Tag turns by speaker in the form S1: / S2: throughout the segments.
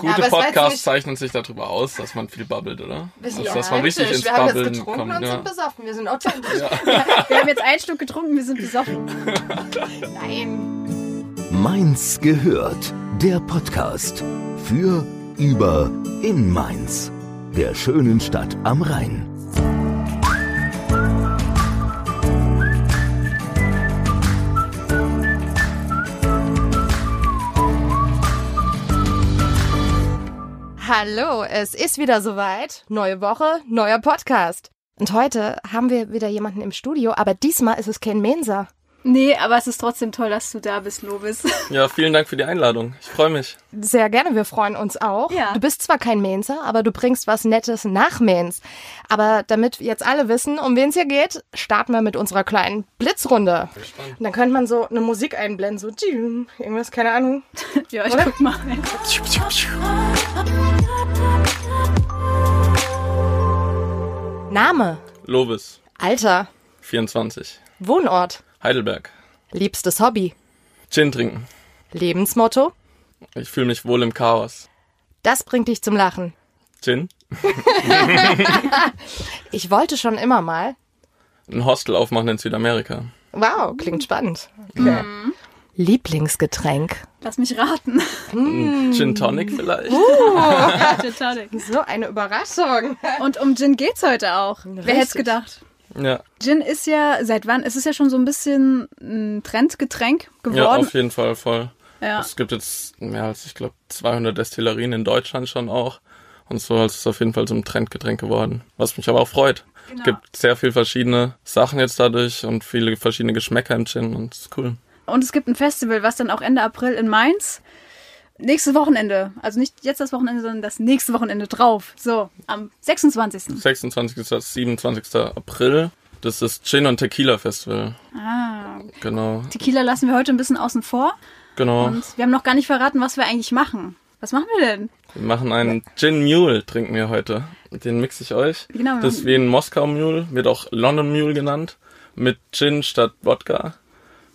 S1: Gute
S2: aber es war jetzt
S1: Podcasts
S2: nicht-
S1: zeichnen sich darüber aus, dass man viel babbelt, oder?
S2: Wir sind
S1: Also, dass man richtig
S2: authentisch.
S1: ins
S2: Wir haben jetzt
S1: Babbeln
S2: getrunken
S1: kommt.
S2: und
S1: Ja.
S2: sind besoffen. Wir sind authentisch.
S3: Wir haben jetzt einen Schluck getrunken, wir sind besoffen.
S2: Nein.
S4: Mainz gehört, der Podcast für, über, in Mainz, der schönen Stadt am Rhein.
S2: Hallo, es ist wieder soweit. Neue Woche, neuer Podcast. Und heute haben wir wieder jemanden im Studio, aber diesmal ist es Ken Mensa.
S3: Nee, aber es ist trotzdem toll, dass du da bist, Lobis.
S1: ja, vielen Dank für die Einladung. Ich freue mich.
S2: Sehr gerne, wir freuen uns auch.
S3: Ja.
S2: Du bist zwar kein Mensa, aber du bringst was Nettes nach Mens. Aber damit jetzt alle wissen, um wen es hier geht, starten wir mit unserer kleinen Blitzrunde. Und dann könnte man so eine Musik einblenden, so tschim, irgendwas, keine Ahnung.
S3: Ja, ich guck mal.
S2: Name,
S1: Lobis,
S2: Alter,
S1: 24.
S2: Wohnort,
S1: Heidelberg.
S2: liebstes Hobby,
S1: Gin trinken.
S2: Lebensmotto,
S1: Ich fühle mich wohl im Chaos.
S2: das bringt dich zum Lachen.
S1: Gin?
S2: Ich wollte schon immer mal.
S1: Ein Hostel aufmachen in Südamerika.
S2: Wow, klingt spannend. Mhm. Okay. Lieblingsgetränk.
S3: Lass mich raten.
S1: Ein Gin Tonic vielleicht?
S3: Ja, total.
S2: So eine Überraschung.
S3: Und um Gin geht's heute auch. Wer hätte gedacht?
S1: Ja.
S3: Gin ist ja, seit wann? Es ist ja schon so ein bisschen ein Trendgetränk
S1: ja,
S3: geworden.
S1: auf jeden Fall voll.
S3: Ja.
S1: Es gibt jetzt mehr als, ich glaube, 200 Destillerien in Deutschland schon auch. Und so ist es auf jeden Fall so ein Trendgetränk geworden. Was mich aber auch freut.
S3: Genau.
S1: Es gibt sehr viel verschiedene Sachen jetzt dadurch und viele verschiedene Geschmäcker im Gin und es ist cool.
S3: Und es gibt ein Festival, was dann auch Ende April in Mainz. Nächstes Wochenende. Also nicht jetzt das Wochenende, sondern das nächste Wochenende drauf. So, am 26.
S1: 26. 27. April. Das ist Gin und Tequila Festival.
S3: Ah,
S1: Genau,
S3: Tequila lassen wir heute ein bisschen außen vor.
S1: genau.
S3: Und wir haben noch gar nicht verraten, was wir eigentlich machen. Was machen wir denn?
S1: Wir machen einen Gin Mule, trinken wir heute. Den mixe ich euch.
S3: Genau, wir
S1: Das ist wie ein Moskau Mule, wird auch London Mule genannt. Mit Gin statt Wodka.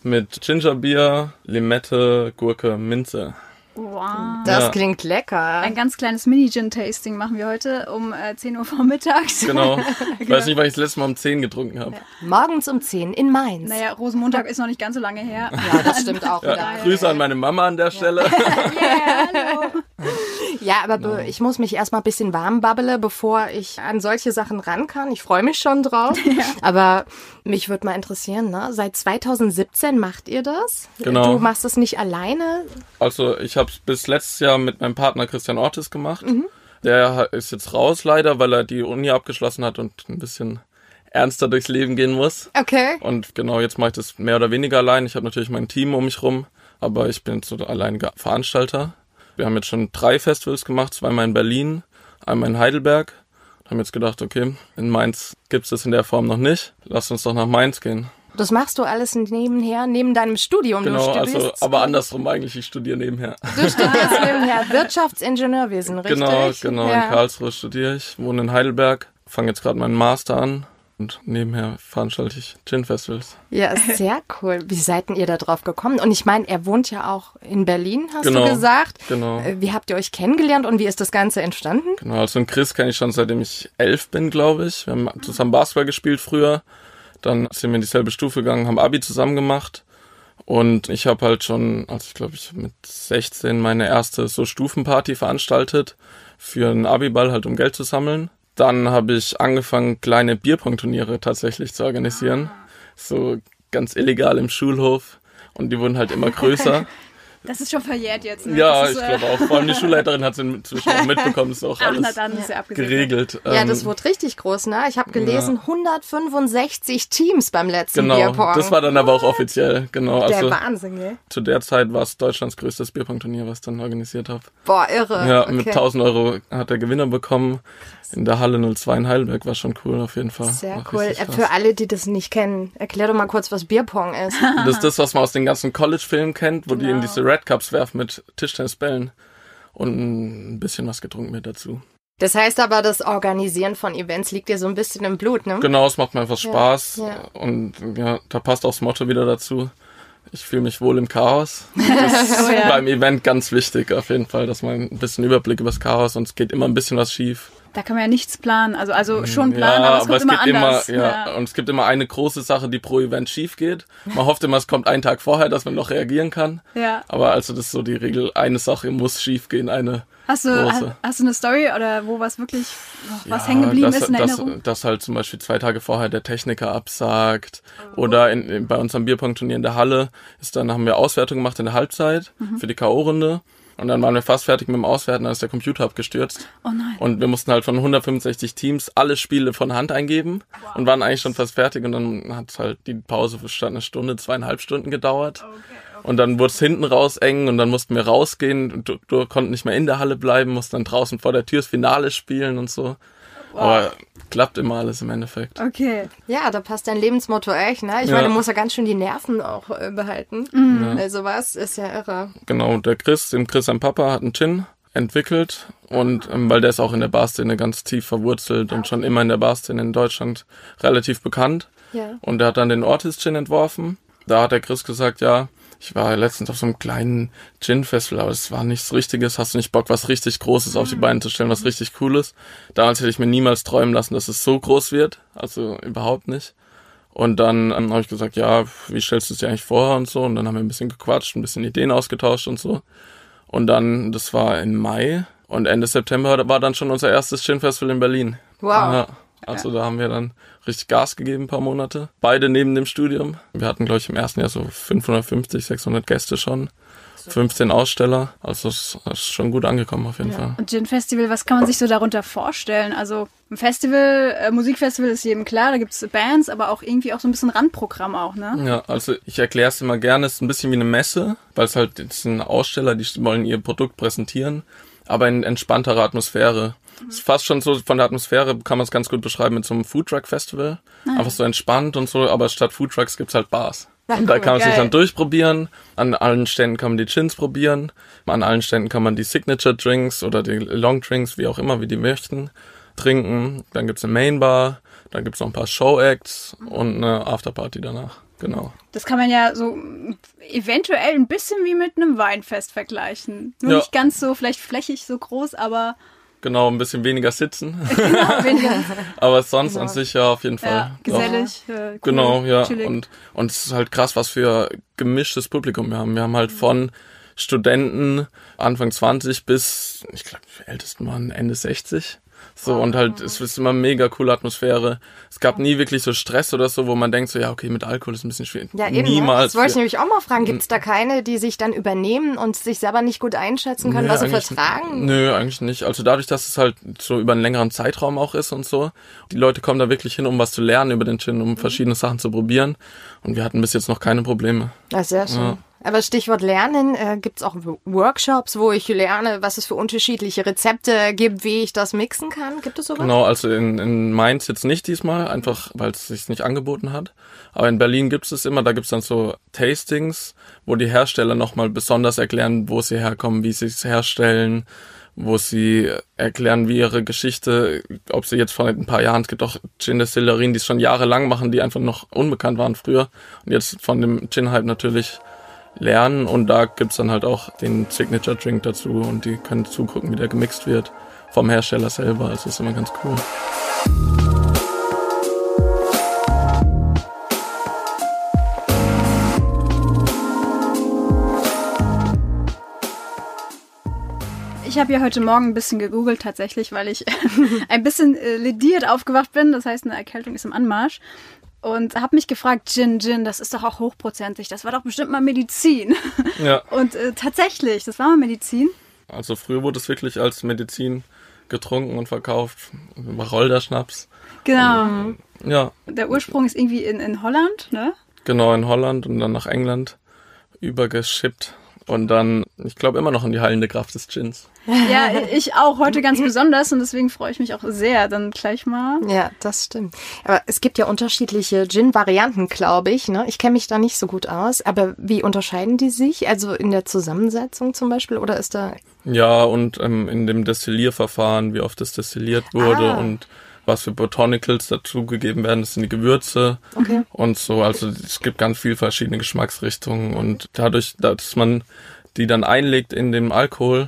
S1: Mit Gingerbier, Limette, Gurke, Minze.
S3: Wow.
S2: Das
S1: Ja.
S2: klingt lecker.
S3: Ein ganz kleines Mini-Gin-Tasting machen wir heute um äh, 10 Uhr vormittags.
S1: Genau. Ich weiß nicht, weil ich das letzte Mal um 10 getrunken habe.
S2: Morgens um 10 in Mainz.
S3: Naja, Rosenmontag ist noch nicht ganz so lange her.
S2: Ja, das stimmt auch
S1: Ja,
S2: wieder.
S1: Äh, Grüße an meine Mama an der Stelle.
S2: Ja, aber be- ich muss mich erstmal ein bisschen warm babbele, bevor ich an solche Sachen ran kann. Ich freue mich schon drauf. Aber mich würde mal interessieren, ne? seit 2017 macht ihr das?
S1: Genau.
S2: Du machst es nicht alleine?
S1: Also ich habe es bis letztes Jahr mit meinem Partner Christian Ortes gemacht.
S3: Mhm.
S1: Der ha- ist jetzt raus leider, weil er die Uni abgeschlossen hat und ein bisschen ernster durchs Leben gehen muss.
S2: Okay.
S1: Und genau jetzt mache ich das mehr oder weniger allein. Ich habe natürlich mein Team um mich rum, aber ich bin jetzt so der alleinige Veranstalter. Wir haben jetzt schon drei Festivals gemacht, zweimal in Berlin, einmal in Heidelberg. Und haben jetzt gedacht, okay, in Mainz gibt's das in der Form noch nicht. Lass uns doch nach Mainz gehen.
S2: Das machst du alles nebenher, neben deinem Studium.
S1: Genau,
S2: du
S1: also
S2: studierst,
S1: aber andersrum eigentlich, ich studiere nebenher.
S2: du studierst nebenher Wirtschaftsingenieurwesen, richtig?
S1: Genau, genau. In
S2: Ja.
S1: Karlsruhe studiere ich, wohne in Heidelberg, fange jetzt gerade meinen Master an und nebenher veranstalte ich Gin-Festivals.
S2: ja, sehr cool. Wie seid denn ihr da drauf gekommen? Und ich meine, er wohnt ja auch in Berlin, hast
S1: Genau,
S2: du gesagt.
S1: genau.
S2: Äh, Wie habt ihr euch kennengelernt und wie ist das Ganze entstanden?
S1: Genau, also den Chris kenne ich schon seitdem ich elf bin, glaube ich. Wir haben zusammen Basketball gespielt früher. Dann sind wir in dieselbe Stufe gegangen, haben Abi zusammen gemacht. Und ich habe halt schon, also ich glaube, ich hab mit 16 meine erste so Stufenparty veranstaltet für einen Abiball, halt um Geld zu sammeln. Dann habe ich angefangen, kleine Bierpong-Turniere tatsächlich zu organisieren. So ganz illegal im Schulhof. Und die wurden halt immer größer.
S3: Das ist schon verjährt jetzt. Ne?
S1: ja,
S3: das
S1: ich
S3: ist,
S1: glaube auch. Vor allem die Schulleiterin hat es inzwischen auch mitbekommen. Ist auch
S3: Ach, na
S1: alles
S3: dann ist ja abgesehen. ne?
S1: geregelt.
S2: ja,
S1: Ähm,
S2: das wurde richtig groß, ne? Ich habe gelesen, 165 Teams beim letzten
S1: Genau,
S2: Bierpong.
S1: das war dann aber auch offiziell, genau.
S2: der
S1: Also
S2: Wahnsinn, gell?
S1: zu der Zeit war es Deutschlands größtes Bierpong-Turnier, was ich dann organisiert habe.
S2: Boah, irre.
S1: Ja,
S2: Ah, okay.
S1: mit 1000 Euro hat der Gewinner bekommen. In der Halle 02 in Heidelberg war schon cool auf jeden Fall.
S2: Sehr
S1: War
S2: cool.
S1: richtig
S2: Äh,
S1: krass.
S2: Für alle, die das nicht kennen, erklär doch mal kurz, was Bierpong ist.
S1: Das ist das, was man aus den ganzen College-Filmen kennt, wo die
S2: Genau.
S1: in diese Red Cups werfen mit Tischtennisbällen und ein bisschen was getrunken wird dazu.
S2: Das heißt aber, das Organisieren von Events liegt dir so ein bisschen
S3: Hm?
S2: im Blut, ne?
S1: Genau, es macht mir einfach Spaß
S2: ja.
S1: und ja, da passt auch das Motto wieder dazu. Ich fühle mich wohl im Chaos. Das ist
S3: Oh ja.
S1: beim Event ganz wichtig, auf jeden Fall, dass man ein bisschen Überblick über das Chaos und es geht immer ein bisschen was schief.
S3: Da kann man ja nichts planen. Also,
S1: Mm,
S3: also schon planen, aber es kommt immer
S1: gibt
S3: anders.
S1: Immer, ja, Und es gibt immer eine große Sache, die pro Event schief geht. Man hofft immer, es kommt einen Tag vorher, dass man noch reagieren kann.
S3: Ja.
S1: Aber also das ist so die Regel, eine Sache muss schief gehen, eine
S3: Hast, du, hast,
S1: große.
S3: hast du eine Story oder wo was wirklich noch was
S1: Ja,
S3: hängen geblieben
S1: dass,
S3: ist in
S1: dass,
S3: Erinnerung?
S1: dass halt zum Beispiel zwei Tage vorher der Techniker absagt
S3: Ah.
S1: oder in, in, bei unserem Bierpunktturnier in der Halle ist dann haben wir Auswertung gemacht in der Halbzeit
S3: Mhm.
S1: für die K.O. Runde und dann waren wir fast fertig mit dem Auswerten, dann ist der Computer abgestürzt
S3: Oh nein.
S1: und wir mussten halt von 165 Teams alle Spiele von Hand eingeben und waren eigentlich schon fast fertig und dann hat halt die Pause für statt eine Stunde, zweieinhalb Stunden gedauert. Und dann wurde es hinten raus eng und dann mussten wir rausgehen, und du, du konnten nicht mehr in der Halle bleiben, mussten dann draußen vor der Tür das Finale spielen und so. Aber klappt immer alles im Endeffekt.
S3: Okay.
S2: Ja, da passt dein Lebensmotto echt, ne? Ich
S1: Ja.
S2: meine, du musst ja ganz schön die Nerven auch äh, behalten. Also was ist ja irre.
S1: Genau, der Chris, dem Chris sein Papa, hat einen Gin entwickelt und ähm, weil der ist auch in der Barszene ganz tief verwurzelt und schon immer in der Barszene in Deutschland relativ bekannt.
S2: Ja.
S1: Und der hat dann den Ortiz Gin entworfen. Da hat der Chris gesagt, ja, ich war letztens auf so einem kleinen Gin-Festival, aber es war nichts Richtiges. Hast du nicht Bock, was richtig Großes auf die Beine zu stellen, was richtig Cooles? Damals hätte ich mir niemals träumen lassen, dass es so groß wird. Also überhaupt nicht. Und dann ähm, habe ich gesagt, ja, wie stellst du es dir eigentlich vor und so? Und dann haben wir ein bisschen gequatscht, ein bisschen Ideen ausgetauscht und so. Und dann, das war im Mai und Ende September war dann schon unser erstes Gin Festival in Berlin.
S2: Wow.
S1: Ja, also da haben wir dann richtig Gas gegeben, ein paar Monate. Beide neben dem Studium. Wir hatten, glaube ich, im ersten Jahr so 550, 600 Gäste schon. 15 Aussteller. Also es es ist schon gut angekommen auf jeden Fall.
S3: Und Gin Festival, was kann man sich so darunter vorstellen? Also ein Festival, äh, Musikfestival ist jedem klar, da gibt's Bands, aber auch irgendwie auch so ein bisschen Randprogramm auch, ne?
S1: Ja, also ich erkläre es immer gerne, es ist ein bisschen wie eine Messe, weil es halt jetzt sind Aussteller, die wollen ihr Produkt präsentieren, aber in entspannterer Atmosphäre. Es ist fast schon so, von der Atmosphäre kann man es ganz gut beschreiben mit so einem Foodtruck-Festival. Einfach so entspannt und so, aber statt Foodtrucks gibt's halt Bars. Und da
S2: cool,
S1: kann man sich
S3: geil.
S1: dann durchprobieren, an allen Ständen kann man die Chins probieren, an allen Ständen kann man die Signature Drinks oder die Long Drinks, wie auch immer, wie die möchten, trinken. Dann gibt's eine Main Bar, dann gibt's noch ein paar Show Acts und eine Afterparty danach. Genau.
S3: Das kann man ja so mm, eventuell ein bisschen wie mit einem Weinfest vergleichen. Nur
S1: Ja.
S3: nicht ganz so, vielleicht flächig so groß, aber
S1: Genau, ein bisschen weniger sitzen. Aber sonst an sich ja auf jeden Fall.
S3: ja,
S1: Doch.
S3: äh, gesellig. Äh, cool,
S1: Genau, ja.
S3: Chillig.
S1: Und, und es ist halt krass, was für gemischtes Publikum wir haben. Wir haben halt von Studenten Anfang 20 bis, ich glaube, die ältesten waren Ende 60. So, und halt, es ist immer mega coole Atmosphäre. Es gab nie wirklich so Stress oder so, wo man denkt so, ja, okay, mit Alkohol ist ein bisschen schwierig.
S2: Ja, eben. Ne?
S1: Niemals.
S2: Das wollte ich nämlich auch mal fragen. Gibt es da keine, die sich dann übernehmen und sich selber nicht gut einschätzen können, was sie
S1: eigentlich-
S2: vertragen?
S1: Nö, eigentlich nicht. Also dadurch, dass es halt so über einen längeren Zeitraum auch ist und so, die Leute kommen da wirklich hin, um was zu lernen über den Gin,
S2: Mhm.
S1: um verschiedene Sachen zu probieren. Und wir hatten bis jetzt noch keine Probleme.
S2: Ja, sehr schön. Aber Stichwort Lernen, äh, gibt es auch Workshops, wo ich lerne, was es für unterschiedliche Rezepte gibt, wie ich das mixen kann? Gibt es sowas?
S1: Genau, also in, in Mainz jetzt nicht diesmal, einfach weil es sich nicht angeboten hat. Aber in Berlin gibt es es immer, da gibt es dann so Tastings, wo die Hersteller nochmal besonders erklären, wo sie herkommen, wie sie es herstellen, wo sie erklären, wie ihre Geschichte, ob sie jetzt vor ein paar Jahren, es gibt auch Gin-Destillerien, die es schon jahrelang machen, die einfach noch unbekannt waren früher und jetzt von dem Gin-Hype natürlich lernen und da gibt's dann halt auch den Signature Drink dazu und die können zugucken, wie der gemixt wird vom Hersteller selber. Also ist immer ganz cool.
S3: Ich habe ja heute Morgen ein bisschen gegoogelt tatsächlich, weil ich ein bisschen äh, lediert aufgewacht bin. Das heißt, eine Erkältung ist im Anmarsch. Und habe mich gefragt, Gin, Gin, das ist doch auch hochprozentig. Das war doch bestimmt mal Medizin.
S1: Ja.
S3: Und äh, tatsächlich, das war mal Medizin.
S1: Also früher wurde es wirklich als Medizin getrunken und verkauft. Wacholder-Schnaps.
S3: Genau.
S1: Mhm. Ja,
S3: Der Ursprung ist irgendwie in, in Holland, ne?
S1: genau in Holland und dann nach England übergeschippt. Und dann, ich glaube, immer noch in die heilende Kraft des Gins.
S3: Ja, ich auch heute ganz besonders und deswegen freue ich mich auch sehr. Dann gleich mal.
S2: Ja, das stimmt. Aber es gibt ja unterschiedliche Gin-Varianten, glaube ich. Ne? Ich kenne mich da nicht so gut aus. Aber wie unterscheiden die sich? Also in der Zusammensetzung zum Beispiel? Oder ist da.
S1: Ja, und ähm, in dem Destillierverfahren, wie oft es destilliert wurde
S2: Ah.
S1: und was für Botanicals dazugegeben werden. Das sind die Gewürze
S2: Okay.
S1: und so. Also es gibt ganz viel verschiedene Geschmacksrichtungen und dadurch, dass man die dann einlegt in dem Alkohol,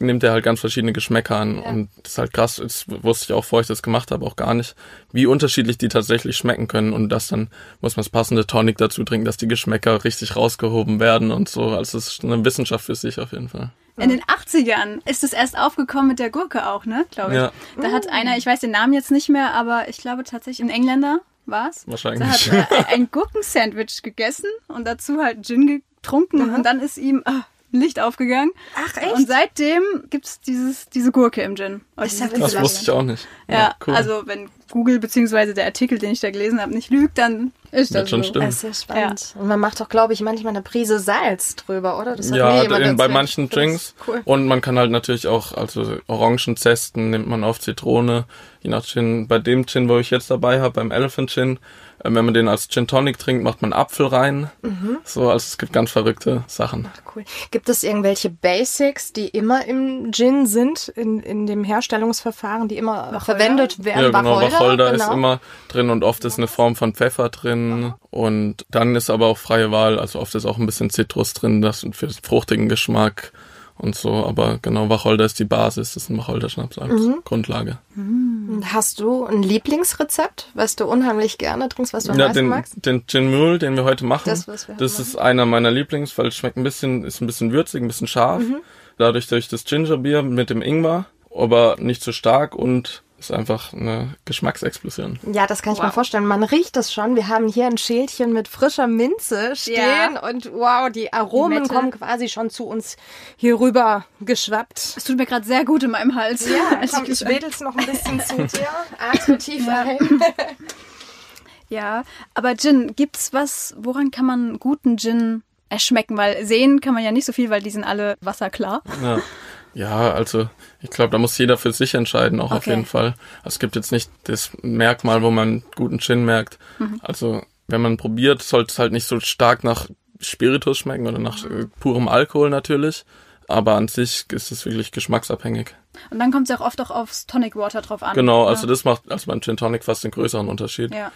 S1: nimmt er halt ganz verschiedene Geschmäcker an und das ist halt krass. Das wusste ich auch, bevor ich das gemacht habe, auch gar nicht, wie unterschiedlich die tatsächlich schmecken können und das dann muss man das passende Tonic dazu trinken, dass die Geschmäcker richtig rausgehoben werden und so. Also es ist eine Wissenschaft für sich auf jeden Fall.
S3: In den 80ern ist es erst aufgekommen mit der Gurke auch, ne? Glaube ich.
S1: Ja.
S3: Da hat einer, ich weiß den Namen jetzt nicht mehr, aber ich glaube tatsächlich, ein Engländer war's.
S1: Wahrscheinlich.
S3: Da hat er ein Gurkensandwich gegessen und dazu halt Gin getrunken und dann ist ihm ah, ein Licht aufgegangen.
S2: Ach, echt?
S3: Und seitdem gibt's dieses diese Gurke im Gin. Und
S2: Ist ja
S3: dieses-
S1: Das wusste ich auch nicht.
S3: ja, also wenn Google bzw. der Artikel, den ich da gelesen habe, nicht lügt, dann ist
S1: Wird
S3: das
S1: schon
S3: so.
S1: stimmen.
S2: Das ist ja spannend. Und man macht doch, glaube ich, manchmal eine Prise Salz drüber, oder? Das hat mir
S1: Ja,
S2: jemand
S1: in, bei
S2: erzählt.
S1: manchen
S2: Das ist
S1: Drinks.
S2: Cool.
S1: Und man kann halt natürlich auch, also Orangenzesten nimmt man auf Zitrone, je nach Gin. Bei dem Gin, wo ich jetzt dabei habe, beim Elephant Gin, äh, wenn man den als Gin Tonic trinkt, macht man Apfel rein.
S2: Mhm.
S1: So, also es gibt ganz verrückte Sachen.
S2: cool. Gibt es irgendwelche Basics, die immer im Gin sind, in, in dem Herstellungsverfahren, die immer verwendet werden?
S1: Ja, genau, Wacholder, ist
S2: genau.
S1: immer drin und oft ist eine Form von Pfeffer drin. Und dann ist aber auch freie Wahl, also oft ist auch ein bisschen Zitrus drin, das für den fruchtigen Geschmack und so. Aber genau, Wacholder ist die Basis, das ist ein Wacholder-Schnaps als
S2: Mhm.
S1: Grundlage.
S2: Und Hast du ein Lieblingsrezept, was du unheimlich gerne trinkst, was du am
S1: Ja,
S2: meisten
S1: den,
S2: magst?
S1: den Gin Mule, den wir heute machen,
S2: Das, was wir heute
S1: das ist einer meiner Lieblings, weil es schmeckt ein bisschen, ist ein bisschen würzig, ein bisschen scharf.
S2: Mhm.
S1: Dadurch durch das Gingerbier mit dem Ingwer, aber nicht zu stark und ist einfach eine Geschmacksexplosion.
S2: Ja, das kann ich mir vorstellen. Man riecht das schon. Wir haben hier ein Schälchen mit frischer Minze stehen und wow, die Aromen
S3: Limette.
S2: kommen quasi schon zu uns hier rüber geschwappt.
S3: Es tut mir gerade sehr gut in meinem Hals. Ja,
S2: Komm, ich wedel's noch ein bisschen zu dir. Atme tief ein.
S3: Ja, aber Gin, gibt's was, woran kann man einen guten Gin erschmecken? Weil sehen kann man ja nicht so viel, weil die sind alle wasserklar.
S1: Ja, ja also ich glaube, da muss jeder für sich entscheiden, auch auf
S3: Okay.
S1: jeden Fall. Also, Es gibt jetzt nicht das Merkmal, wo man guten Gin merkt.
S3: Mhm.
S1: Also wenn man probiert, sollte es halt nicht so stark nach Spiritus schmecken oder nach äh, purem Alkohol natürlich. Aber an sich ist es wirklich geschmacksabhängig.
S3: Und dann kommt's ja auch oft auch aufs Tonic Water drauf an.
S1: Genau, also das macht also beim Gin Tonic fast den größeren Unterschied.
S3: Ja.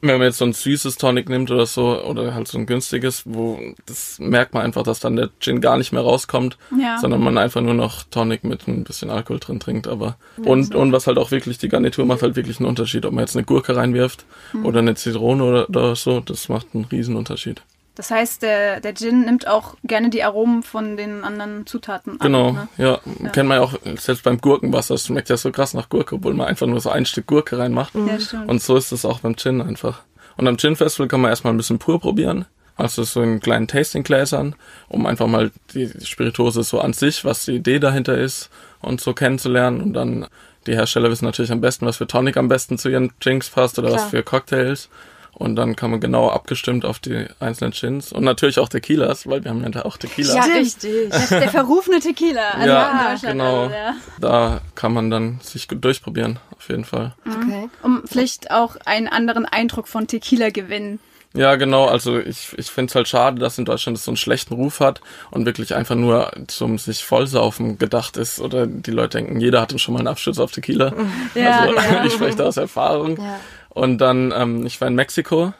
S1: Wenn man jetzt so ein süßes Tonic nimmt oder so, oder halt so ein günstiges, wo das merkt man einfach, dass dann der Gin gar nicht mehr rauskommt,
S3: Ja.
S1: sondern man einfach nur noch Tonic mit ein bisschen Alkohol drin trinkt. Aber und, und was halt auch wirklich, die Garnitur macht halt wirklich einen Unterschied, ob man jetzt eine Gurke reinwirft oder eine Zitrone oder, oder so, das macht einen riesen Unterschied.
S3: Das heißt, der, der Gin nimmt auch gerne die Aromen von den anderen Zutaten
S1: Genau,
S3: an. ne?
S1: ja. Kennt man ja auch selbst beim Gurkenwasser, das schmeckt ja so krass nach Gurke, obwohl man einfach nur so ein Stück Gurke reinmacht.
S3: Ja, stimmt.
S1: Und so ist es auch beim Gin einfach. Und am Gin Festival kann man erstmal ein bisschen pur probieren. Also so in kleinen Tasting-Gläsern, um einfach mal die Spirituose so an sich, was die Idee dahinter ist und so kennenzulernen. Und dann, die Hersteller wissen natürlich am besten, was für Tonic am besten zu ihren Drinks passt oder was
S2: Klar.
S1: für Cocktails. Und dann kann man genau abgestimmt auf die einzelnen Gins und natürlich auch Tequilas, weil wir haben ja da auch Tequila.
S2: Ja,
S3: Stimmt.
S2: richtig.
S3: Der, der verrufene Tequila. Also in
S1: Ja,
S3: Deutschland,
S1: genau.
S3: Also der.
S1: Da kann man dann sich gut durchprobieren, auf jeden Fall.
S2: Okay.
S3: Um vielleicht auch einen anderen Eindruck von Tequila gewinnen.
S1: Ja, genau. Also ich, ich finde es halt schade, dass in Deutschland es so einen schlechten Ruf hat und wirklich einfach nur zum sich vollsaufen gedacht ist. Oder die Leute denken, jeder hatte schon mal einen Absturz auf Tequila.
S3: Ja,
S1: also ich spreche da aus Erfahrung.
S2: Ja.
S1: Und dann, ähm, ich war in Mexiko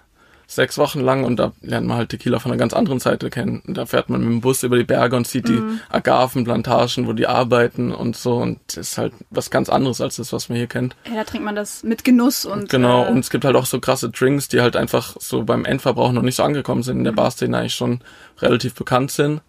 S1: sechs Wochen lang und da lernt man halt Tequila von einer ganz anderen Seite kennen. Und da fährt man mit dem Bus über die Berge und sieht die Agavenplantagen, wo die arbeiten und so. Und das ist halt was ganz anderes als das, was man hier kennt.
S3: Ja, da trinkt man das mit Genuss und.
S1: Genau,
S3: äh,
S1: und es gibt halt auch so krasse Drinks, die halt einfach so beim Endverbrauch noch nicht so angekommen sind, in der Barszene eigentlich schon relativ bekannt sind.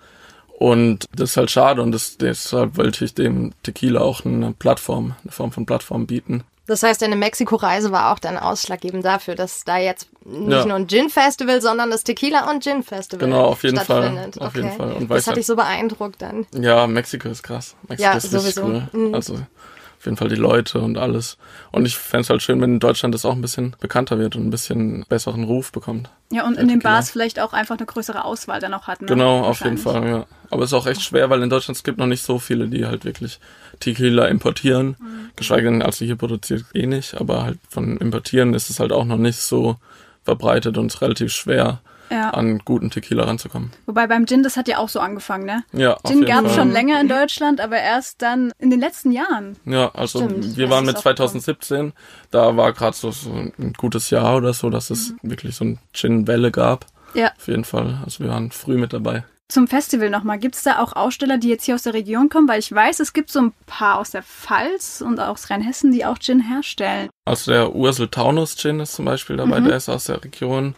S1: Und das ist halt schade und das, deshalb wollte ich dem Tequila auch eine Plattform, eine Form von Plattform bieten.
S2: Das heißt, deine Mexiko-Reise war auch dann ausschlaggebend dafür, dass da jetzt nicht
S1: Ja.
S2: nur ein Gin-Festival, sondern das Tequila- und Gin-Festival
S1: Genau, auf jeden Fall.
S2: stattfindet.
S1: Auf jeden Fall. Und
S2: das
S1: weiß
S2: hat
S1: ja-
S2: dich so beeindruckt dann.
S1: Ja, Mexiko ist krass. Mexiko
S2: Ja,
S1: ist richtig
S2: sowieso.
S1: cool. Also auf jeden Fall die Leute und alles. Und ich fänd's halt schön, wenn in Deutschland das auch ein bisschen bekannter wird und ein bisschen besseren Ruf bekommt.
S3: Ja, und
S1: Ja,
S3: in den
S1: Tequila.
S3: Bars vielleicht auch einfach eine größere Auswahl dann auch hat. Ne?
S1: Genau, auf jeden
S3: Wahrscheinlich.
S1: Fall, ja. Aber es ist auch echt schwer, weil in Deutschland es gibt noch nicht so viele, die halt wirklich Tequila importieren.
S3: Mhm.
S1: Geschweige denn, also hier produziert eh nicht, aber halt von importieren ist es halt auch noch nicht so verbreitet und es ist relativ schwer,
S3: Ja.
S1: an guten Tequila ranzukommen.
S3: Wobei beim Gin, das hat ja auch so angefangen, ne?
S1: Ja, auf
S3: Gin
S1: jeden
S3: gab es
S1: Fall.
S3: schon länger in Deutschland, aber erst dann in den letzten Jahren.
S1: Ja, also
S2: Stimmt,
S1: wir
S3: das
S1: waren
S3: ist
S1: mit
S3: auch
S1: 2017, da war gerade so, so ein gutes Jahr oder so, dass es
S3: Mhm.
S1: wirklich so eine Gin-Welle gab.
S3: Ja.
S1: Auf jeden Fall. Also wir waren früh mit dabei.
S3: Zum Festival nochmal, gibt es da auch Aussteller, die jetzt hier aus der Region kommen? Weil ich weiß, es gibt so ein paar aus der Pfalz und aus Rheinhessen, die auch Gin herstellen.
S1: Also der Ursel Taunus Gin ist zum Beispiel dabei,
S3: Mhm.
S1: der ist aus der Region.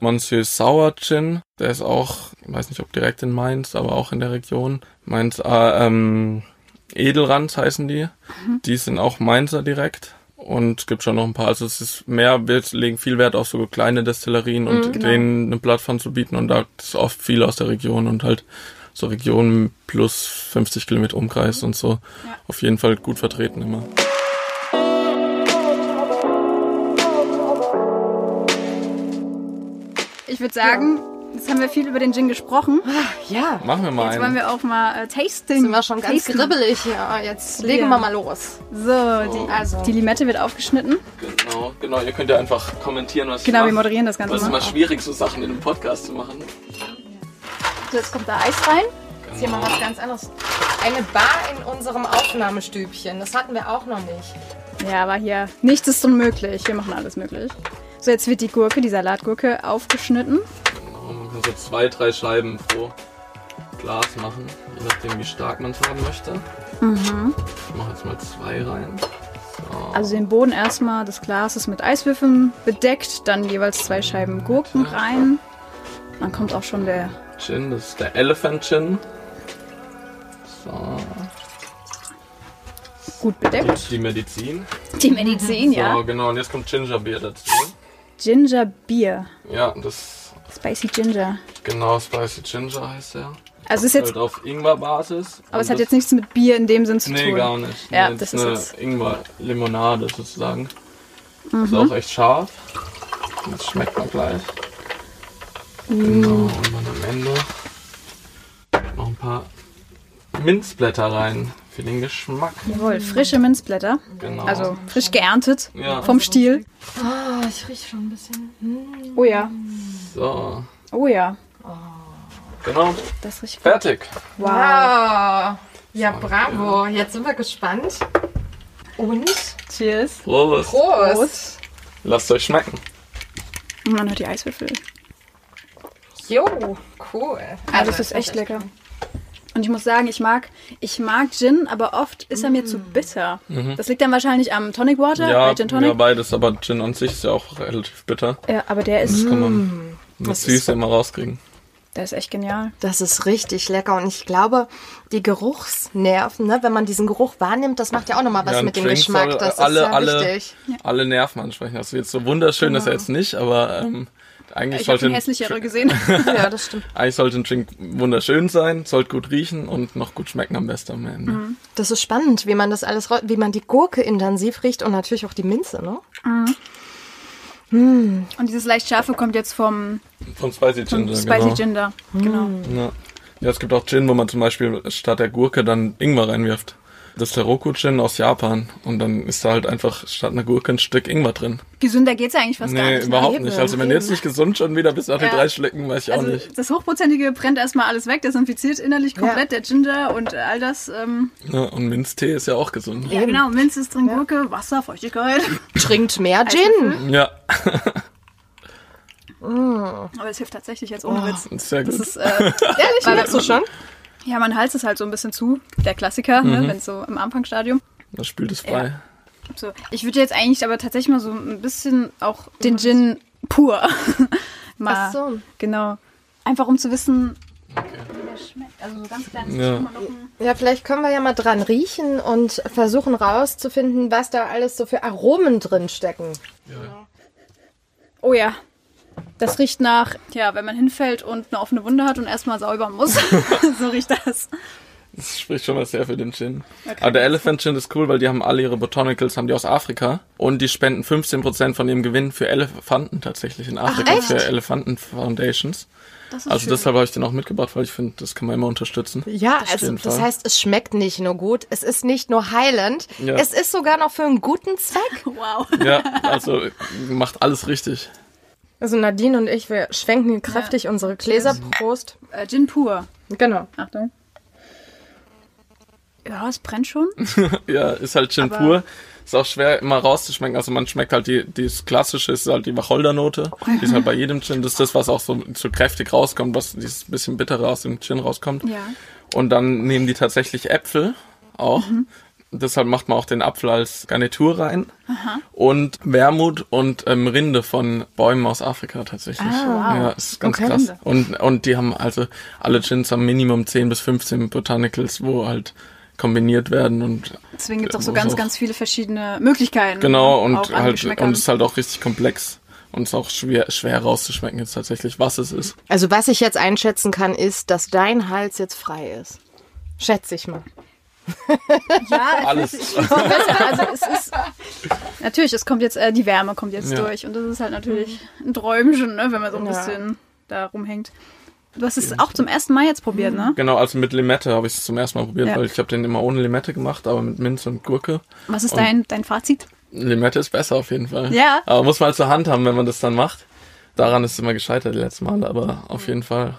S1: Monsieur Sauer Gin, der ist auch, ich weiß nicht ob direkt in Mainz, aber auch in der Region. Mainz, ah, ähm, Edelrands heißen die.
S3: Mhm.
S1: Die sind auch Mainzer direkt. Und es gibt schon noch ein paar. Also es ist mehr, wir legen viel Wert auf so kleine Destillerien und
S3: Mhm, genau.
S1: denen eine Plattform zu bieten. Und da ist oft viel aus der Region und halt so Region plus 50 Kilometer Umkreis
S3: Mhm.
S1: und so. Auf jeden Fall gut vertreten immer.
S3: Ich würde sagen, jetzt haben wir viel über den Gin gesprochen.
S2: Ja.
S1: Machen wir mal
S3: Jetzt
S1: einen.
S3: wollen wir auch mal äh, Tasting.
S2: Sind wir schon ganz
S3: Tasting.
S2: kribbelig hier. Jetzt legen
S3: Ja.
S2: wir mal los.
S3: So, die,
S2: also.
S3: die Limette wird aufgeschnitten.
S1: Genau, genau. Ihr könnt ja einfach kommentieren, was
S3: Genau,
S1: ich
S3: wir
S1: mache.
S3: moderieren das
S1: Aber
S3: Ganze
S1: es ist
S3: mal.
S1: immer schwierig, so Sachen in einem Podcast zu machen.
S3: Jetzt kommt da Eis rein.
S2: Jetzt hier mal was ganz anderes. Eine Bar in unserem Aufnahmestübchen. Das hatten wir auch noch nicht.
S3: Ja, aber hier, nichts ist unmöglich. Wir machen alles möglich. So, jetzt wird die Gurke, die Salatgurke, aufgeschnitten.
S1: Genau, man kann so zwei, drei Scheiben pro Glas machen, je nachdem, wie stark man es haben möchte.
S3: Mhm.
S1: Ich mache jetzt mal zwei rein. Oh.
S3: Also den Boden erstmal des Glases mit Eiswürfeln bedeckt, dann jeweils zwei Scheiben Gurken rein. Dann kommt auch schon der.
S1: Gin, das ist der Elephant Gin. So,
S3: Gut bedeckt.
S1: die Medizin.
S3: Die Medizin,
S1: So,
S3: ja.
S1: genau, und jetzt kommt Ginger Beer dazu.
S3: Ginger Beer.
S1: Ja, das,
S3: Spicy Ginger.
S1: genau, Spicy Ginger heißt der.
S3: Also ist jetzt.
S1: halt auf Ingwer-Basis.
S3: Aber es
S1: Und
S3: hat
S1: das-
S3: jetzt nichts mit Bier in dem Sinn zu
S1: Nee, gar
S3: tun.
S1: nicht.
S3: Ja,
S1: nee,
S3: das
S1: ist
S3: ist
S1: eine
S3: jetzt- Mhm.
S1: Ingwer-Limonade sozusagen. Ist auch echt scharf. Das schmeckt man gleich. Genau,
S3: Mhm.
S1: und dann am Ende noch ein paar Minzblätter rein für den Geschmack.
S3: Jawohl, frische Minzblätter.
S1: Genau.
S3: Also frisch geerntet
S1: Ja.
S3: vom Stiel.
S2: Ah, ich rieche schon ein bisschen. Mm.
S3: Oh ja.
S1: So,
S3: Oh ja.
S1: genau,
S3: Das riecht gut.
S1: fertig.
S3: Wow.
S2: Wow. Ja, bravo. Jetzt sind wir gespannt. Und?
S3: Cheers.
S1: Prost.
S2: Prost.
S1: Lasst euch schmecken.
S3: Und man hört die Eiswürfel.
S2: Jo, cool.
S3: Ah, das ist echt lecker. Und ich muss sagen, ich mag, ich mag Gin, aber oft ist er mir zu bitter. Das liegt dann wahrscheinlich am Tonic Water,
S1: Mhm. Ja,
S3: bei Gin Tonic.
S1: ja, beides, aber Gin an sich ist ja auch relativ bitter.
S3: Ja, aber der ist,
S1: Das kann man
S3: Mm.
S1: mit
S2: Das ist-
S1: Süße immer rauskriegen.
S3: der ist echt genial.
S2: Das ist richtig lecker und ich glaube, die Geruchsnerven, ne, wenn man diesen Geruch wahrnimmt, das macht ja auch nochmal was
S1: Ja, ein
S2: mit dem
S1: Drink
S2: Geschmack.
S1: soll
S2: Das
S1: alle,
S2: ist ja
S1: alle,
S2: wichtig.
S1: alle Nerven ansprechen. Das wird so wunderschön, ist er jetzt nicht, aber ähm, eigentlich,
S3: Genau. Ich habe
S1: sollte
S3: schon
S1: ein,
S3: hässlichere gesehen.
S2: Ja, das stimmt.
S1: eigentlich sollte ein Drink wunderschön sein, sollte gut riechen und noch gut schmecken am besten am Ende.
S3: Mhm.
S2: Das ist spannend, wie man das alles, rau- wie man die Gurke intensiv riecht und natürlich auch die Minze, ne?
S3: Und dieses leicht scharfe kommt jetzt vom,
S1: Vom Spicy
S3: vom
S1: Ginger,
S3: Spicy
S1: genau.
S3: Ginger. Genau.
S1: Ja. ja, es gibt auch Gin, wo man zum Beispiel statt der Gurke dann Ingwer reinwirft. Das ist der Roku-Gin aus Japan und dann ist da halt einfach statt einer Gurke ein Stück Ingwer drin.
S3: Gesünder geht's ja eigentlich fast gar
S1: Nee,
S3: nicht. ne?
S1: überhaupt
S2: Eben,
S1: nicht. Also wenn du jetzt nicht gesund schon wieder bist nach den
S3: Ja.
S1: drei Schlecken, weiß ich auch
S3: Also
S1: nicht.
S3: das Hochprozentige brennt erstmal alles weg, desinfiziert innerlich komplett der Ginger und all das. Ähm,
S1: Ja, und Minztee ist ja auch gesund.
S3: ja genau, Minze ist drin, Gurke, Wasser, Feuchtigkeit.
S2: Trinkt mehr Gin.
S1: Ja,
S3: Aber es hilft tatsächlich jetzt ohne Witz.
S1: sehr gut.
S3: Das ist, äh,
S2: Ehrlich, merkst du schon?
S3: Ja, man halst es halt so ein bisschen zu. Der Klassiker, ne,
S1: Mhm.
S3: wenn es so im Anfangsstadium.
S1: Das spült es frei.
S3: So, ich würde jetzt eigentlich aber tatsächlich mal so ein bisschen auch den Gin pur mal.
S2: Ach so.
S3: Genau. Einfach um zu wissen, wie der schmeckt. Also so ganz kleines
S1: Ja.
S3: Stück mal noch ein-
S2: Ja, vielleicht können wir ja mal dran riechen und versuchen rauszufinden, was da alles so für Aromen drin stecken.
S3: Oh ja. Das riecht nach, ja, wenn man hinfällt und eine offene Wunde hat und erstmal säubern muss. so riecht das.
S1: Das spricht schon mal sehr für den Gin. Aber der Elephant Gin ist cool, weil die haben alle ihre Botanicals, haben die aus Afrika. Und die spenden 15% von ihrem Gewinn für Elefanten tatsächlich in Afrika,
S2: echt?
S1: für Elefanten Foundations.
S3: Das ist
S1: Also
S3: schön.
S1: deshalb habe ich den auch mitgebracht, weil ich finde, das kann man immer unterstützen.
S2: Ja,
S1: Auf
S2: also
S1: jeden
S2: das
S1: Fall.
S2: heißt, es schmeckt nicht nur gut, es ist nicht nur heilend,
S1: Ja.
S2: es ist sogar noch für einen guten Zweck.
S3: Wow.
S1: Ja, also macht alles richtig.
S2: Also Nadine und ich, wir schwenken hier kräftig unsere Gläser. Prost.
S3: Äh, Gin pur.
S2: Genau.
S3: Achtung. Ja, es brennt schon.
S1: Ja, ist halt Gin
S3: Aber-
S1: pur. Ist auch schwer immer rauszuschmecken. Also man schmeckt halt die, das klassische ist halt die Wacholdernote. Die ist halt bei jedem Gin. Das ist das, was auch so, so kräftig rauskommt, was dieses bisschen bittere aus dem Gin rauskommt.
S3: Ja.
S1: Und dann nehmen die tatsächlich Äpfel auch.
S3: Mhm.
S1: Deshalb macht man auch den Apfel als Garnitur rein. Und Wermut und ähm, Rinde von Bäumen aus Afrika tatsächlich.
S3: Ah, wow.
S1: Ja, ist ganz
S2: Okay.
S1: krass.
S3: Rinde.
S1: Und, und die haben also, alle Gins haben Minimum 10 bis 15 Botanicals, wo halt kombiniert werden und
S3: Deswegen gibt es auch so
S1: Muss
S3: ganz,
S1: auch.
S3: ganz viele verschiedene Möglichkeiten.
S1: Genau,
S3: auch
S1: und
S3: an
S1: halt,
S3: Geschmäckern.
S1: und es ist halt auch richtig komplex. Und es ist auch schwer, schwer rauszuschmecken jetzt tatsächlich, was es ist.
S2: Also was ich jetzt einschätzen kann, ist, dass dein Hals jetzt frei ist. Schätze ich mal.
S3: ja,
S1: Alles.
S3: also es ist. Natürlich, es kommt jetzt, äh, die Wärme kommt jetzt
S1: Ja.
S3: durch. Und das ist halt natürlich ein Träumchen, ne, wenn man so ein
S2: Ja.
S3: bisschen da rumhängt. Du hast es auch zum ersten Mal jetzt probiert, ne?
S1: Genau, also mit Limette habe ich es zum ersten Mal probiert,
S3: Ja.
S1: weil ich habe den immer ohne Limette gemacht, aber mit Minze Mhm. und Gurke.
S3: Was ist dein, dein Fazit?
S1: Limette ist besser auf jeden Fall.
S3: Ja.
S1: Aber muss man halt zur Hand haben, wenn man das dann macht. Daran ist es immer gescheitert letztes Mal, aber auf jeden Fall.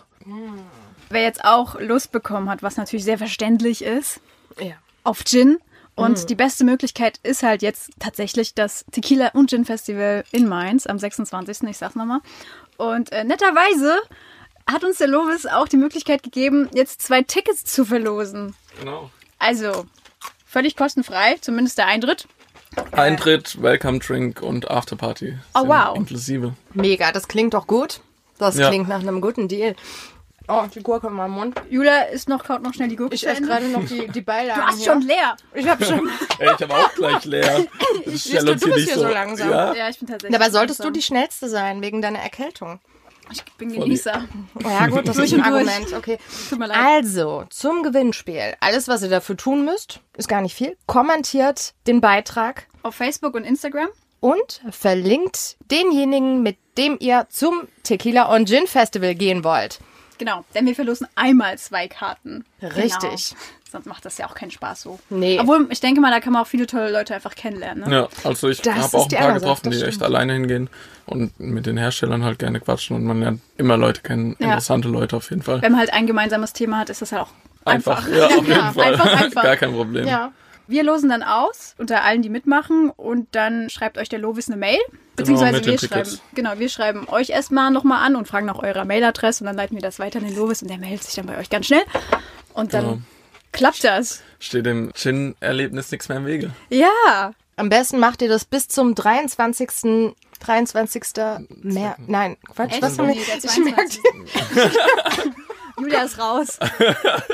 S3: Wer jetzt auch Lust bekommen hat, was natürlich sehr verständlich ist,
S2: Ja.
S3: auf Gin.
S2: Mhm.
S3: Und die beste Möglichkeit ist halt jetzt tatsächlich das Tequila und Gin Festival in Mainz am 26. Ich sag's nochmal. Und äh, netterweise hat uns der Lovis auch die Möglichkeit gegeben, jetzt zwei Tickets zu verlosen.
S1: Genau.
S3: Also völlig kostenfrei, zumindest der Eintritt.
S1: Eintritt, Welcome Drink und Afterparty.
S3: Oh,
S1: sind
S3: wow.
S1: Inklusive.
S2: Mega, das klingt doch gut. Das
S1: Ja.
S2: klingt nach einem guten Deal. Oh, die Gurke in meinem Mund.
S3: Julia ist noch, kaut noch schnell die Gurke.
S2: Ich
S3: zu
S2: esse
S3: Ende.
S2: gerade noch die, die Beilagen
S3: Du hast
S2: hier.
S3: schon leer.
S2: Ich hab schon.
S1: Ey, ich habe auch gleich leer. Ich
S2: Siehst du, du bist hier so langsam.
S1: Ja,
S3: Ja, ich bin tatsächlich.
S2: Dabei solltest du
S3: langsam.
S2: die schnellste sein, wegen deiner Erkältung.
S3: Ich bin Genießer.
S2: Oh ja, gut, das ist ein
S3: und durch.
S2: Argument. Okay.
S3: Tut mir leid.
S2: Also, zum Gewinnspiel. Alles, was ihr dafür tun müsst, ist gar nicht viel. Kommentiert den Beitrag
S3: Auf Facebook und Instagram.
S2: und verlinkt denjenigen, mit dem ihr zum Tequila und Gin Festival gehen wollt.
S3: Genau, denn wir verlosen einmal zwei Karten.
S2: Richtig.
S3: Genau. Sonst macht das ja auch keinen Spaß so.
S2: Nee.
S3: Obwohl, ich denke mal, da kann man auch viele tolle Leute einfach kennenlernen. Ne?
S1: Ja, also ich
S2: Das ist
S1: habe auch ein
S2: die
S1: paar
S2: andere Sache,
S1: getroffen,
S2: das
S1: die echt
S2: stimmt.
S1: alleine hingehen und mit den Herstellern halt gerne quatschen und man lernt immer Leute kennen,
S3: Ja.
S1: interessante Leute auf jeden Fall.
S3: Wenn man halt ein gemeinsames Thema hat, ist das halt auch einfach.
S1: Einfach, ja, auf jeden
S3: Ja,
S1: Fall.
S3: einfach, einfach.
S1: Gar kein Problem.
S2: Ja.
S3: Wir losen dann aus unter allen, die mitmachen und dann schreibt euch der Lovis eine Mail. Beziehungsweise
S1: mit
S3: wir
S1: den
S3: schreiben,
S1: Tickets.
S3: genau, wir schreiben euch erstmal nochmal an und fragen nach eurer Mailadresse und dann leiten wir das weiter an den Lovis und der meldet sich dann bei euch ganz schnell. Und dann
S1: Genau.
S3: klappt das.
S1: Steht dem Gin-Erlebnis nichts mehr im Wege.
S3: Ja.
S2: Am besten macht ihr das bis zum 23. 23. Mehr. Nein, Quatsch. Was haben wir?
S3: Nee, der
S2: Ich merke
S3: 22.. Julia ist raus.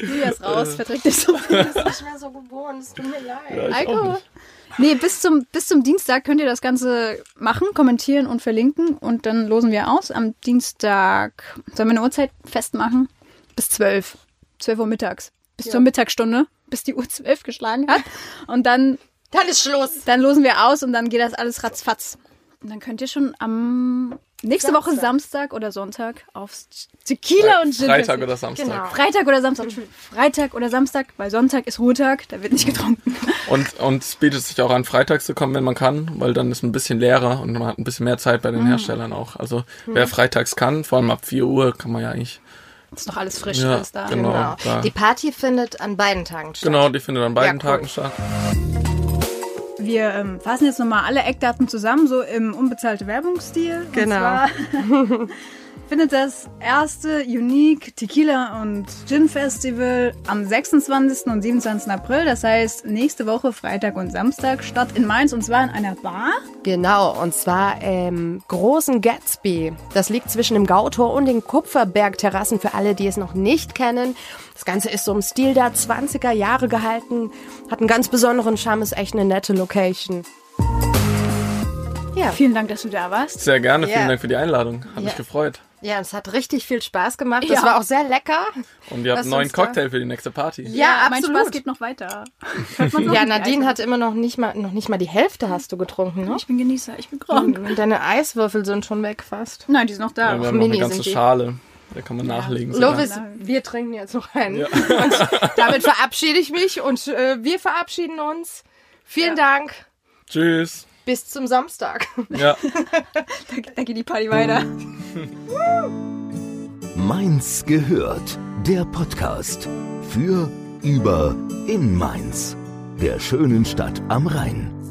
S3: Julia ist
S2: Äh.
S3: raus, verträgt nicht so viel
S2: nicht mehr so gewohnt. Es tut mir leid.
S1: ich auch
S3: Alkohol.
S1: nicht.
S3: Nee, bis zum, bis zum Dienstag könnt ihr das Ganze machen, kommentieren und verlinken und dann losen wir aus. Am Dienstag sollen wir eine Uhrzeit festmachen? Bis 12. 12 Uhr mittags. Bis zur Mittagsstunde, bis die Uhr 12 geschlagen hat. Und dann,
S2: Dann ist Schluss.
S3: dann losen wir aus und dann geht das alles ratzfatz. Und dann könnt ihr schon am nächste Woche Samstag oder Sonntag aufs Tequila und Gin.
S1: Freitag
S3: Festival.
S1: oder Samstag.
S2: Genau.
S3: Freitag oder Samstag. Entschuldigung. Freitag oder Samstag, weil Sonntag ist Ruhetag, da wird nicht getrunken.
S1: Und, und es bietet sich auch an, freitags zu kommen, wenn man kann, weil dann ist ein bisschen leerer und man hat ein bisschen mehr Zeit bei
S2: Mhm.
S1: den Herstellern auch. Also wer freitags kann, vor allem ab 4 Uhr, kann man ja eigentlich.
S3: Ist noch alles frisch,
S1: Ja,
S3: alles da.
S1: genau.
S2: Genau.
S1: da.
S2: Die Party findet an beiden Tagen statt.
S1: Genau, die findet an beiden
S2: Ja, cool.
S1: Tagen statt.
S3: Wir ähm, fassen jetzt nochmal alle Eckdaten zusammen, so im unbezahlte Werbungsstil.
S2: Genau.
S3: Und zwar findet das erste Unique Tequila und Gin Festival am 26. und 27. April, das heißt nächste Woche Freitag und Samstag statt in Mainz und zwar in einer Bar.
S2: Genau, und zwar im großen Gatsby. Das liegt zwischen dem Gautor und den Kupferbergterrassen für alle, die es noch nicht kennen. Das Ganze ist so im Stil der 20er Jahre gehalten, hat einen ganz besonderen Charme, ist echt eine nette Location. Ja,
S3: Vielen Dank, dass du da warst.
S1: Sehr gerne,
S2: Ja.
S1: vielen Dank für die Einladung. Hat
S2: Ja.
S1: mich gefreut.
S2: ja, es hat richtig viel Spaß gemacht.
S3: Ja.
S2: Das war auch sehr lecker.
S1: Und ihr habt
S2: Lass
S1: einen neuen
S2: uns da-
S1: Cocktail für die nächste Party.
S2: Ja,
S3: mein
S2: absolut.
S3: Spaß geht noch weiter. Hört man's noch?
S2: Ja, Nadine hat immer noch nicht mal, noch nicht mal die Hälfte hast du getrunken, ne?
S3: Ich bin Genießer, ich bin krank.
S2: Und Deine Eiswürfel sind schon weg fast.
S3: Nein, die ist noch da.
S1: Ja, wir haben noch
S2: Mini
S1: eine
S2: sind
S1: ganze
S2: die.
S1: Schale. Da kann man nachlegen. sogar.
S2: Lovis, wir trinken jetzt noch einen. Und damit verabschiede ich mich und äh, wir verabschieden uns. Vielen Dank.
S1: Tschüss.
S2: Bis zum Samstag.
S1: Ja.
S3: Da, da geht die Party weiter.
S4: Mainz gehört, der Podcast für, über, in Mainz, der schönen Stadt am Rhein.